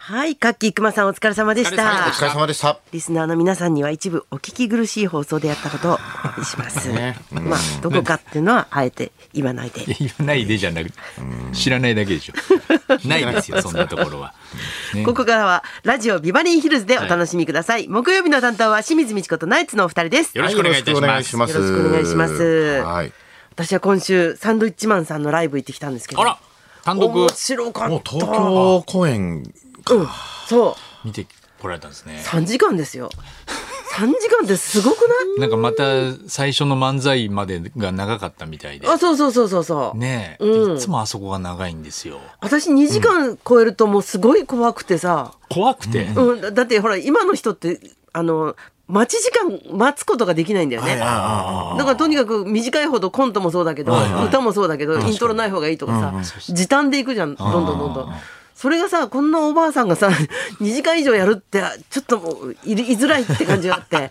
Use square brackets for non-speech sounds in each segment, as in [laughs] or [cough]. はい、カッキーくまさんお疲れ様でしお疲れ様たでお。疲れ様でした。リスナーの皆さんには一部お聞き苦しい放送でやったことをお詫びし [laughs] ます。 [laughs] まあ、どこかっていうのはあえて言わないで。言わないでじゃなくて、知らないだけでしょ。ないで [laughs] すよ、そんなところは。ねここからはラジオビバリーヒルズでお楽しみください。木曜日の担当は清水美智子とナイツのお二人です。よろしくお願いいたしますよろしくお願いしますはい。私は今週サンドイッチマンさんのライブ行ってきたんですけど。あら、単独面白かった。もう東京公演うん、そう。見てこられたんですね。 3時間ですよ。3時間ってすごくななんかまた最初の漫才までが長かったみたいでい。あ、そうそうそうそうそう。ねえ、うんいつもあそこが長いんですよ。私2時間超えるともうすごい怖くてさ。怖くて。うん、だだってほら今の人ってあの待ち時間待つことができないんだよね。だからとにかく短いほどコントもそうだけど、歌もそうだけどイントロない方がいいとかさ、時短でいくじゃんどんどんどんどん。それがさこんなおばあさんがさ [laughs] 2時間以上やるってちょっともういり居づらいって感じがあって [laughs]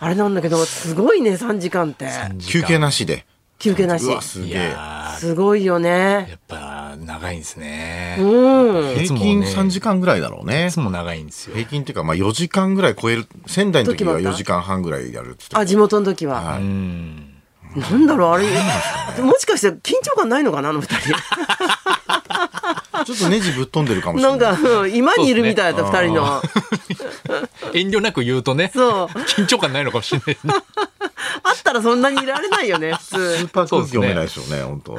あれなんだけどすごいね3時間って休憩なしで。休憩なしうわすいげえ。やすごいよーやね。っぱ長いんですね。いうんいつ平もね均3時間ぐらいだろうねつ。も長いんですよ。平均っていうかまあ4時間ぐらい超える。仙台の時は時もあっ4た時間半ぐらいやるっつって。あ地元の時は。はうい。ん。なんだろうあれ、もしかして緊張感ないのかなあの二人。ちょっとネジぶっ飛んでるかもしれななんい。か、うん今にいるみたいだった、二人の。遠慮なく言うとね、そう。緊張感ないのかもしれない。 [laughs] あったらそんなにいられないよね、普スー [laughs] 通。パー空気読めないですよね、本あ当。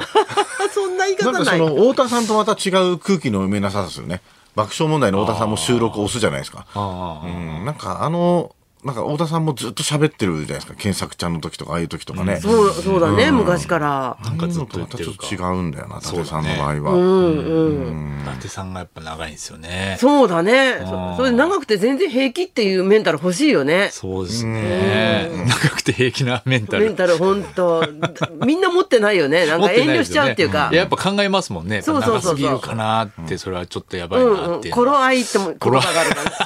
そんな言いな方んかなそい。の太田さんとまた違う空気の読めなさですよね。爆笑問題の太田さんも収録押すじゃないですか。あうあん、なんかあの、なんか太田さんもずっと喋ってるじゃないですか。健作ちゃんの時とか、ああいう時とかね。そう、そうだね、昔から。なんかずっと言まったてちょるっか。と違うんだよな、伊そう達ださんねの場合うは。ん、うん。伊達さんがやっぱ長いんですよね。そうだね。あそーそれで長くて全然平気っていうメンタル欲しいよね。そうですね。長くて平気なメンタメルン。タル本当みんな持ってないよね。なん持っかて遠な慮でしすちゃうよねっていうか。やっぱ考えますもんね。やっぱそうそうそ長うそうすぎるかなって、それはちょっとやばいうんなうっん、て。頃合いってもこと頃が合いあるから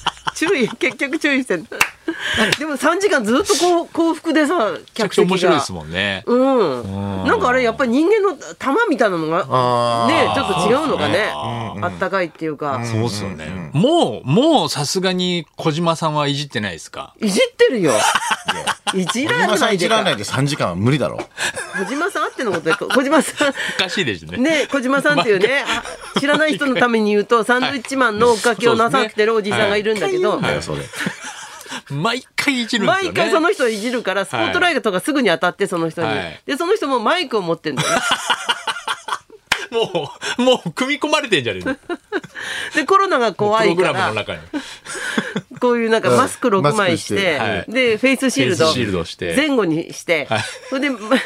[laughs] 注意結局注意してるでも3時間ずっとこう幸福でさめちゃく客ち席ゃが面白いですもんね。うん、なんかあれやっぱり人間の玉みたいなのがあーねちょっと違うのがねああったかいっていうか、そうっすよね。もう、もうさすがに小島さんはいじってないですかいじってるよいじ小ら島さなんいいでじらかないで3時間は無理だろ [laughs] う。小島さんあってのことで小島さおかしいですね。んね小島さんっていうねあ知らない人のために言うとサンドイッチマンの追っかけをなさってるおじさんがいるんだけど、だよ、それ。毎回いじるんですよね。毎回その人をいじるからスポットライトがすぐに当たってその人に、はいでその人もマイクを持ってるんだよねもう、もう組み込まれてんじゃねえのでコロナが怖プロいグかラらムの中に。こういうなんかマスクうん6枚しマてス、クしてで、フェイスシールフドェイスシールドして前後にして、それで、ま [laughs]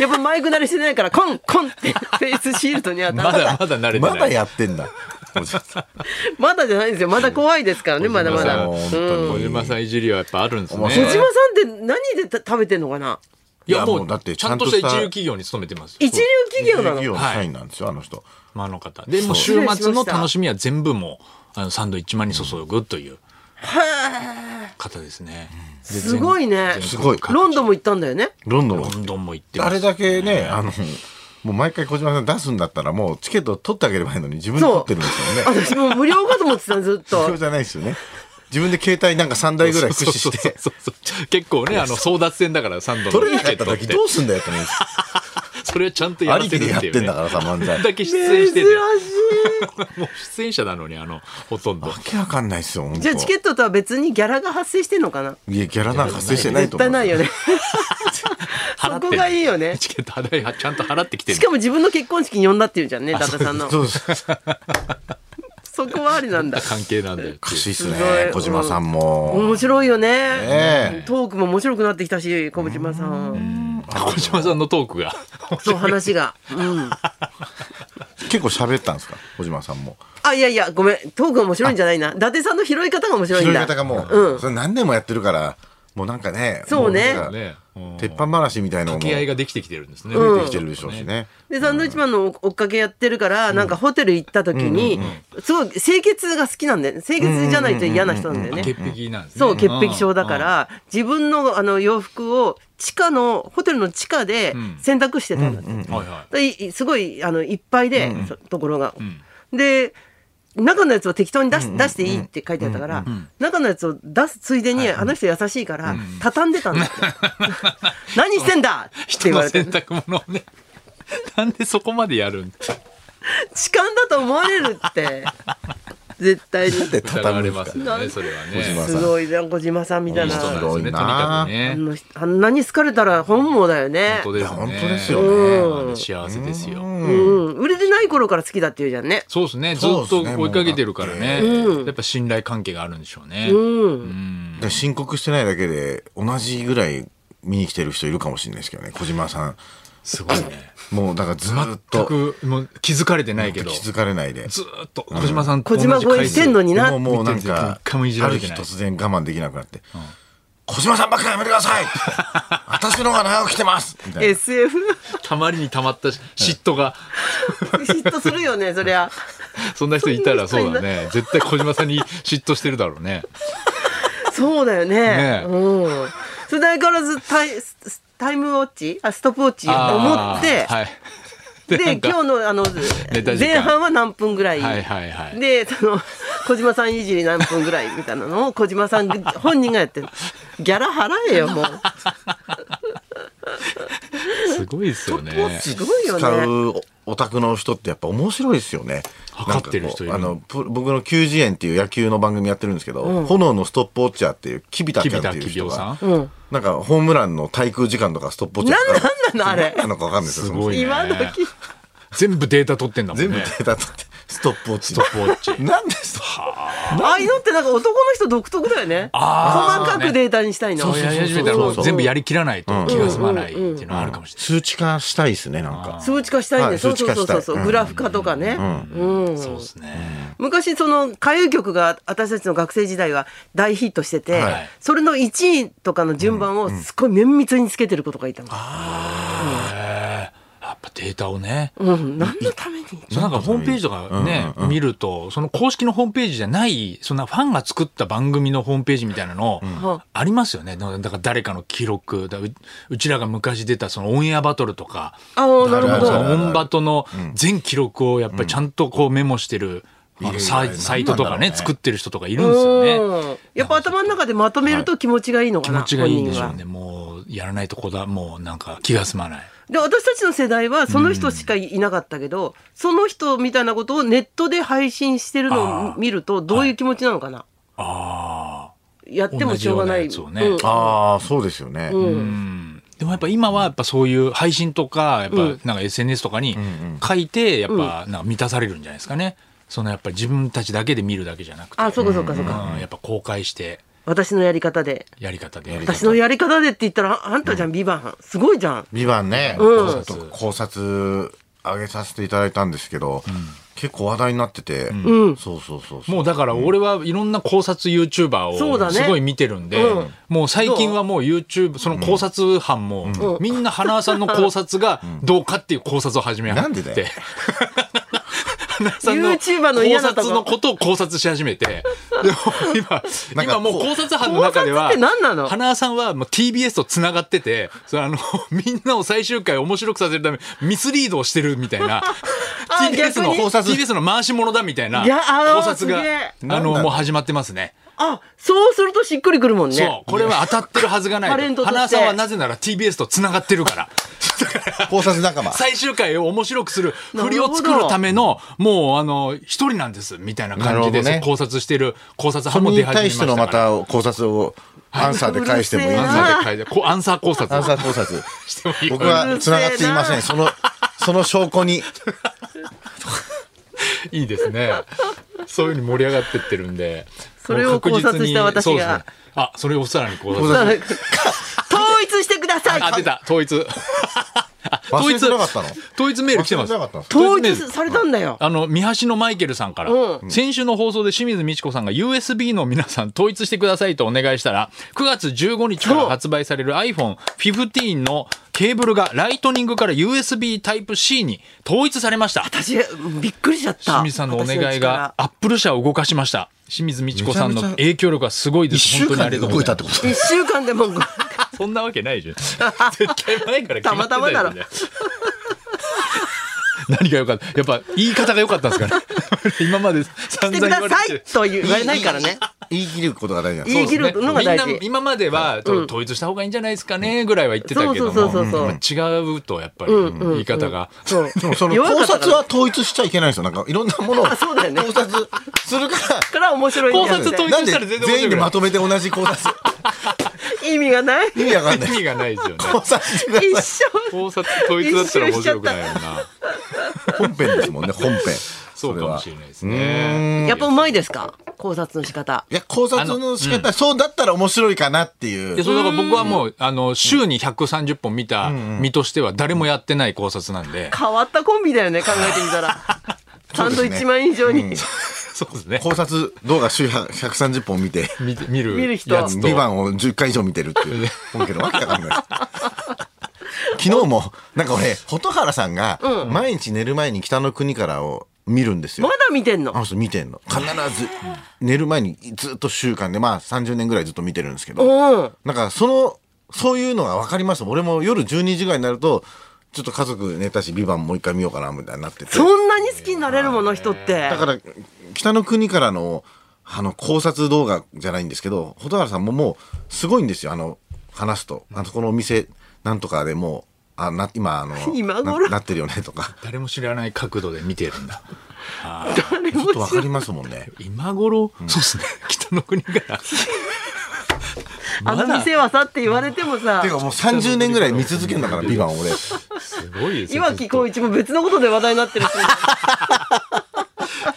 やっぱマイク慣れしてないから、コンコンってフェイスシールドに当たまって、だまだ慣れてない。まだやってんだ。まだじゃないんですよ。まだ怖いですからね、まだまだ。もう小本小当に。島さんいじりはやっぱあるんですね。小島さんって何でた食べてんのかないや、いやももう、うだだっ、っててちちゃゃんんととししたた一流企業に勤めてます。一流企業な企業のの社員なんですよ、あの人。まああの方。で、もう週末の楽しみは全部もう、あの、サンドイッチマンに注ぐという方ですね。すごいね。すごい。ロンドンも行ったんだよね。ロンドンロはンドンも行ってまあすれだけね、あの、もう毎回小島さん出すんだったら、もうチケット取ってあげればいいのに、自分で取ってるんですよね。私もう無料かと思ってた、ずっそと [laughs] う。じゃないですよね。自分で携帯なんか3台ぐらい駆使そうしそうて、そうそうそう結構ね、あの、争奪戦だから、サンド取のれなチケかっットたっ時てど。うすんだよって思うんですよそれはちゃんとやあらりせきるでやっっていてう、んね。だからさ、漫才あん。だけ出珍演ししいてて、。もう出演者なのに、あの、ほとんどわ。けわかんないですよ、本当じゃあチケットとは別にギャラが発生してんのかないや、ギャラなんか発生してないと絶思う。対ないよね。そ払ってこがいいよね。チケット払い、ちゃんと払ってきてるし。かも自分の結婚式に呼んだっていうじゃんね、伊達さんの。 [laughs] そうです。そこはありなんだ。関係なんだよっていう。おかしいっすねすごい小島さんも、面白いよねええトークも面白くなってきたし、小島さん。小島さんのトークが。そう話が。うん。結構喋ったんですか小島さんもあ、いやいや、ごめん。トーク面白いんじゃないな。伊達さんの拾い方が面白い拾んいだ。方がもう、うんそれ何年もやってるからもうなんかねそうねもなんかね。うん鉄板話みたいなのも掛け合い出ができてきてるんですね。てきてるでしょうしね、で、サンドウィッチマンの追っかけやってるから、なんかホテル行った時に、すごい清潔が好きなんだよね。清潔じゃないと嫌な人なんだよね。潔癖なんですね。そう、潔癖症だかうん。ら、自分のあの洋服を地下の、ホテルの地下でん洗濯してたんだって。うんはいはでいすごいあのいっぱいで、そところが。で中のやつを適当に出し,、出していいって書いてあったから、中のやつを出すついでに、あの人優しいから、畳んでた [laughs] んだって何してんだって人言わのれて洗濯物をね [laughs] なんでそこまでやるん痴漢だと思われる [laughs] って絶対にで疑わ畳れむんまですすかよねそれは小ね島すごいな小島さんみたいいいな人なんですすごいねとになかくあねの人あんなに好かれたら本望だよね本当ですねいや本当ですよねあの幸せですようん、売れてない頃から好きだって言うじゃんねそうですねずっそうとですね追いかけてるからねうんやっぱ信頼関係があるんでしょうねうんうんで申告してないだけで同じぐらい見に来てる人いるかもしれないですけどね小島さんすごいねもうだからずーっ全とくもう気づかれてない気けどづかれないでずーっと小島さんと小同じ島超えしてんのにでなももうなんか一回もいじあらるれて日ない突然我慢できなくなって「小島さんばっかやめてく [laughs] ださい! 」「私の方が長く来てます!」みたいな SF たまりにたまったし嫉妬が嫉妬するよねそりゃそんな人いたら [laughs] そんそな人ういなだね絶対小島さんに嫉妬してるだろうね [laughs] そうだよねねえうんそれで相変わらずタイススタイムウォッチあストップウォッチを持あーって、はいでなんか今日のあのタ時間前半は何分ぐらい、はいはいはいでその小島さんいじり何分ぐらいみたいなのを小島さん本人がやってるギャラ払えよもうすごいですよねすごいよね使うオタクの人ってやっぱ面白いですよね。測ってる人いるなんかこうあのプ僕の90円っていう野球の番組やってるんですけど、炎のストップウォッチャーっていうキビタちゃんっていうキビタキビ人オさがん、なんかホームランの滞空時間とかストップウォッチャななーんなのあれなのかわかんないですよ。すごいね今時全部データ取ってんだもんね全部データ取ってストップウォッスチ。トップウォッ [laughs] チなんでストップああいうのってなんか男の人独特だよねあ細ーかくデータにしたいのそうそうやり始めたらもう全部やりきらないと気が済まないっていうのはあるかもしれ数値化したいですねなんか。数値化したいんはでいそうそうそうそう数値化したいうんグラフ化とかね、うんないそうですね昔その歌謡曲が私たちの学生時代は大ヒットしてて、はいそれの1位とかの順番をすごい綿密につけてることがいたの、へーやっぱデータをねうん、何のためにそうなんかホームページとかね、見ると、その公式のホームページじゃない、そんなファンが作った番組のホームページみたいなの、ありますよね。だからだから誰かの記録、だううちらが昔出たそのオンエアバトルとか、ああなるなほるほそどどのオンバトの全記録をやっぱりちゃんとこうメモしてる、あのサいやいやいやイサイトとかなんなね、んだろうね作ってる人とかいるんですよね。うんやっぱ頭の中でまとめると気持ちがいいのか気な、持ちがいい本んで人しょはうね。もう、やらないとこだ、もうなんか気が済まない。で私たちの世代はその人しかいなかったけど、その人みたいなことをネットで配信してるのを見るとどういう気持ちなのかな、ああ。やってもしょうがない同じようなやつをねうんああそうですよね。うんでもやっぱ今はやっぱそういう配信とかやっぱなんか SNS とかに書いてやっぱなんか満たされるんじゃないですかね。そのやっぱり自分たちだけで見るだけじゃなくて、あそうかそうかそうか、うんやっぱ公開して私のやり方でやり方でやり方私のやり方でって言ったらああんたじゃん、ビバンすごいじゃんビバンね、うんちょっと考察上げさせていただいたんですけど、結構話題になってて、そうそうそうそうもうだから俺はいろんな考察 YouTuber そうだをねすごい見てるんで、うんもう最近はもう YouTube その考察班もみんな花輪さんの考察がどうかっていう考察を始めなんでだよ花輪さんの YouTuber の考嫌なとこ察のことを考察し [laughs] 始めてでも今なんか今もう考察班の中では考察って何なの花輪さんはもう TBS とつながっててそれあの [laughs] みんなを最終回面白くさせるためにミスリードをしてるみたい [laughs] な TBS の逆に考察 TBS の回し者だみたいないやあー考察がすげえあのなんだもう始まってますね。あそうするとしっくりくるもんねそう、これは当たってるはずがない。タレントとして花さんはなぜなら TBS と繋がってるから。 [laughs] 考察仲間最終回を面白くする、振りを作るための、もうあの、一人なんです、みたいな感じで、なるほどねそう考察してる、考察派それもに出始め対まししてのたまから。た考察をアンサーで返してもいいでうするせえかなアンサーで書いて、こうアンサー考察。アンサー考察してもいい僕は繋がっていませんそのその証拠にいいですね。そういうふうに盛り上がってってるんで。それを考察した私がそうですねあ、それをさらに考察。だから [laughs] 統一してくださいあ、出た、統 [laughs] 一。あ忘れてなかったの統一メール来てます。忘れてなかったんです統統一メ一ール。されたんだよあの、三橋のマイケルさんから、う先週の放送で清水美智子さんが USB の皆さん統一してくださいとお願いしたら、9月15日から発売される iPhone15 のケーブルがライトニングから USB Type-C に統一されました。私びっくりしちゃった清水さんのお願いがアップル社を動かしました。清水美智子さんの影響力はすごいで一す。週本当にあ間りでがとうご動いざたいっまてこ1週間でもうす。 [laughs] そんなわけないじゃん。絶対前から決またまってたよねたまだろ何が良かったやっぱ言い方が良かったんです [laughs] かね今まで散してく々言だわれさていと言われないから [laughs] ね。言い切ることが大事なんです言い切るのが大事みんな今までは、と統一した方がいいんじゃないですかねぐらいは言ってたけどそうそうそうもそうやっぱ違うとやっぱりうんうん言い方が、そう。でもその弱か考ったから察は統一しちゃいけないんですよ。なんかいろんなものを考そうだよね。察するかから面白いんだよ考察とね統ら、なん一しでたら全然面白くない全員でまとめて同じ考察。意味が [laughs] ない。意味わかんな意い。味がないですよね考察してください一緒。考察統一だったら面白くないよな本編ですもんね、本編。そうかもしれい。ないですねやっぱうまいですか考察の仕方。いや、考察の仕方、そうだったら面白いかなっていいうや。そうだから僕はもうあの週に130本見た身としては誰もやってない考察な [laughs] んで、変わったコンビだよね、考えてみた [laughs] ら。サンドイッチマン以上に。そうですね考察動画週130本見て、見て見る見る人やつと2番を10回以上見てるって [laughs] いう本家のわけわかんない。昨日も、なんか俺、蛍原さんが、毎日寝る前に北の国からを見るんですよま。だ見てんのあ。の人見てんの必ず寝る前にずっと習慣でまあ30年ぐらいずっと見てるんですけどうん。なんかそのそういうのが分かりました俺も夜12時ぐらいになるとちょっと家族寝たし「ビバンもう一回見ようかなみたいになっててそんなに好きになれるもの人ってだ。から北の国からのあの考察動画じゃないんですけど蛍原さんももうすごいんですよあの話すとあそこのお店なんとかでもうあな今あの [laughs] 今頃ななってるよねとか誰も知らない角度で見てるんだ誰ちょもっと分かりますもん [laughs] ね。今頃、そうですね [laughs] 北の国からあの店はさって言われてもさていう。かもう30年ぐらい見続けるんだから「ビバン俺。すごいですよ岩城浩一も別のことで話題になってる [laughs] し。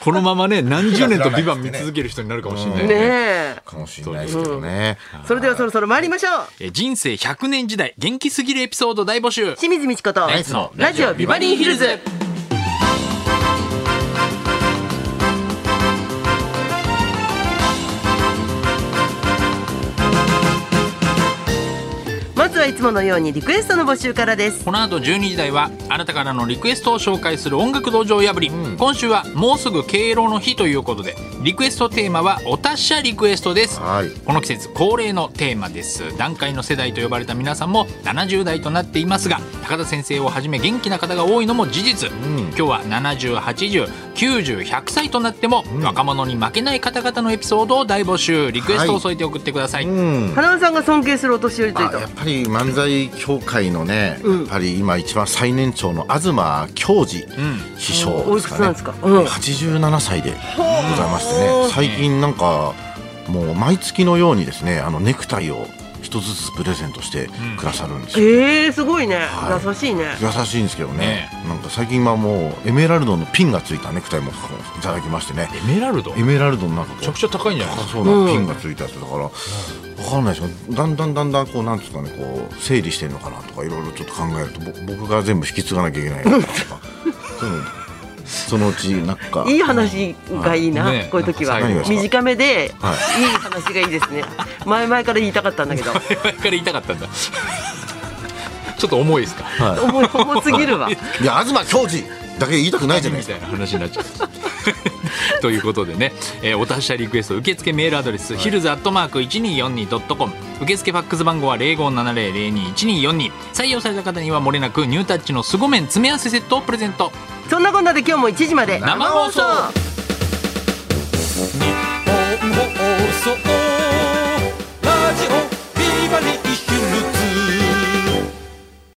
このままね何十年と「ビバン見続ける人になるかもしれなねいよねえ。かもしれないですけどね。それではそろそろ参りましょう。え人生100年時代元気すぎるエピソード大募集清水美智子とナイツのラジオビバリーヒルズ。まずはいつものようにリクエストの募集からです。この後12時台はあなたからのリクエストを紹介する音楽道場破り、今週はもうすぐ敬老の日ということでリクエストテーマはお達者リクエストですはいこの季節恒例のテーマです段階の世代と呼ばれた皆さんも70代となっていますが高田先生をはじめ元気な方が多いのも事実、今日は70809010歳となっても、若者に負けない方々のエピソードを大募集リクエストを添えて送ってください、うん。花輪さんが尊敬するお年寄りというあとや。っぱり漫才協会のね、うんやっぱり今一番最年長の東教授ん師匠おおいですくつかなんねですかうん87歳でございましてね、うん最近なんかもう毎月のようにですねあのネクタイを一つずつプレゼントしてくださるんですよ、ええー、すごいね。はい優しいね。優しいんですけどねねなんか最近はもうエメラルドのピンがついたネクタイもいただきましてねエメラルドエめメラルドのなんかこうちゃくちゃ高いんじゃない高ですかそうなピンがついたやつだから、わかんないですよだんだんだんだんこうなんつうかねこう整理してるのかなとかいろいろちょっと考えるとぼ僕が全部引き継がなきゃいけな [laughs] いなとかそういうのそのうちなんかいい話がいいな、ねこういう時はなんか最後短めで、、はいい話がいいですね前々から言いたかったんだけど前々から言いたかったんだちょっと重いですか重い重すぎるわいや東教授だけ言いたくないじゃないみですたかいな話になっちゃった [laughs] ということでね、えーお達者リクエスト受付メールアドレス、ヒルズアットマーク 1242.com 受付ファックス番号は0570021242採用された方にはもれなくニュータッチの凄麺詰め合わせセットをプレゼントそんなこんなで今日も1時まで生放送生放送放送